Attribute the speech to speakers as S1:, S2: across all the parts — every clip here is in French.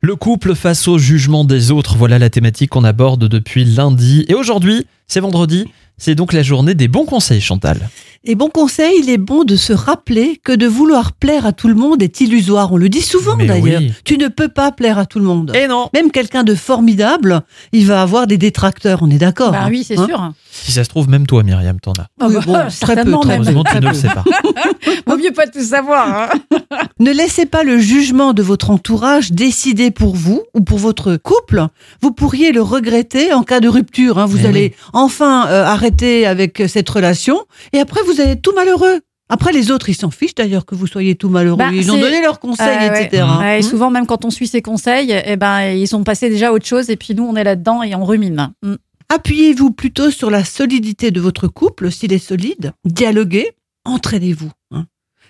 S1: Le couple face au jugement des autres, voilà la thématique qu'on aborde depuis lundi. Et aujourd'hui, c'est vendredi, c'est donc la journée des bons conseils, Chantal.
S2: Et bon conseil, il est bon de se rappeler que de vouloir plaire à tout le monde est illusoire. On le dit souvent
S1: Mais
S2: d'ailleurs.
S1: oui.
S2: Tu ne peux pas plaire à tout le monde.
S1: Et non
S2: Même quelqu'un de formidable, il va avoir des détracteurs, on est d'accord
S3: Bah
S2: hein,
S3: oui, c'est
S2: hein
S3: sûr.
S1: Si ça se trouve, même toi, Myriam, t'en as.
S3: Ah
S2: Oui,
S3: bah,
S2: bon, très peu,
S3: certainement
S2: très
S3: même.
S1: Heureusement, tu ne le sais pas.
S3: Vaut mieux pas tout savoir. hein.
S2: Ne laissez pas le jugement de votre entourage décider pour vous ou pour votre couple. Vous pourriez le regretter en cas de rupture. hein. Vous
S1: Eh
S2: allez enfin euh, arrêter avec euh, cette relation et après vous allez être tout malheureux. Après, les autres, ils s'en fichent d'ailleurs que vous soyez tout malheureux.
S3: Bah,
S2: ils ont
S3: c'est-
S2: donné leurs conseils,
S3: Ah ouais.
S2: etc.
S1: Mhm.
S3: Ouais, et
S2: Hmm
S3: souvent, même quand on suit ses conseils, eh ben, ils sont passés déjà à autre chose. Et puis nous, on est là-dedans et on rumine. Mm.
S2: Appuyez-vous plutôt sur la solidité de votre couple, s'il est solide. Dialoguez, entraînez-vous. hein.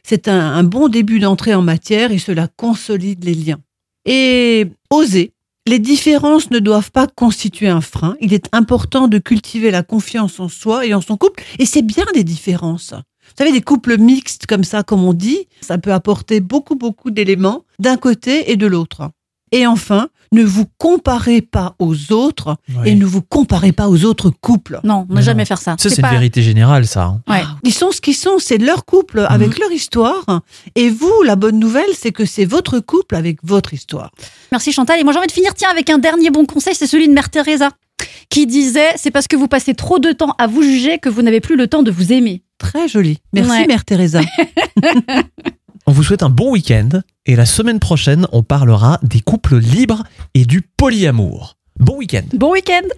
S2: C'est un, un bon début d'entrée en matière et cela consolide les liens. Et osez. Les différences ne doivent pas constituer un frein. Il est important de cultiver la confiance en soi et en son couple. Et c'est bien des différences. Vous savez, des couples mixtes comme ça, comme on dit, ça peut apporter beaucoup, beaucoup d'éléments d'un côté et de l'autre. Et enfin, ne vous comparez pas aux autres et ne vous comparez pas aux autres couples.
S3: Non,
S1: Mais
S3: ne jamais
S1: non.
S3: faire ça.
S1: Ça, c'est
S3: pas-
S1: une vérité générale, ça. hein.
S3: Ouais.
S2: Ils sont ce qu'ils sont, c'est leur couple avec leur histoire. Et vous, la bonne nouvelle, c'est que c'est votre couple avec votre histoire.
S3: Merci Chantal. Et moi, j'ai envie de finir tiens, avec un dernier bon conseil c'est celui de Mère Teresa qui disait C'est parce que vous passez trop de temps à vous juger que vous n'avez plus le temps de vous aimer.
S2: Très joli. Merci,
S3: Ouais.
S2: Mère Teresa.
S1: On vous souhaite un bon week-end et la semaine prochaine, on parlera des couples libres et du polyamour. Bon week-end
S3: Bon week-end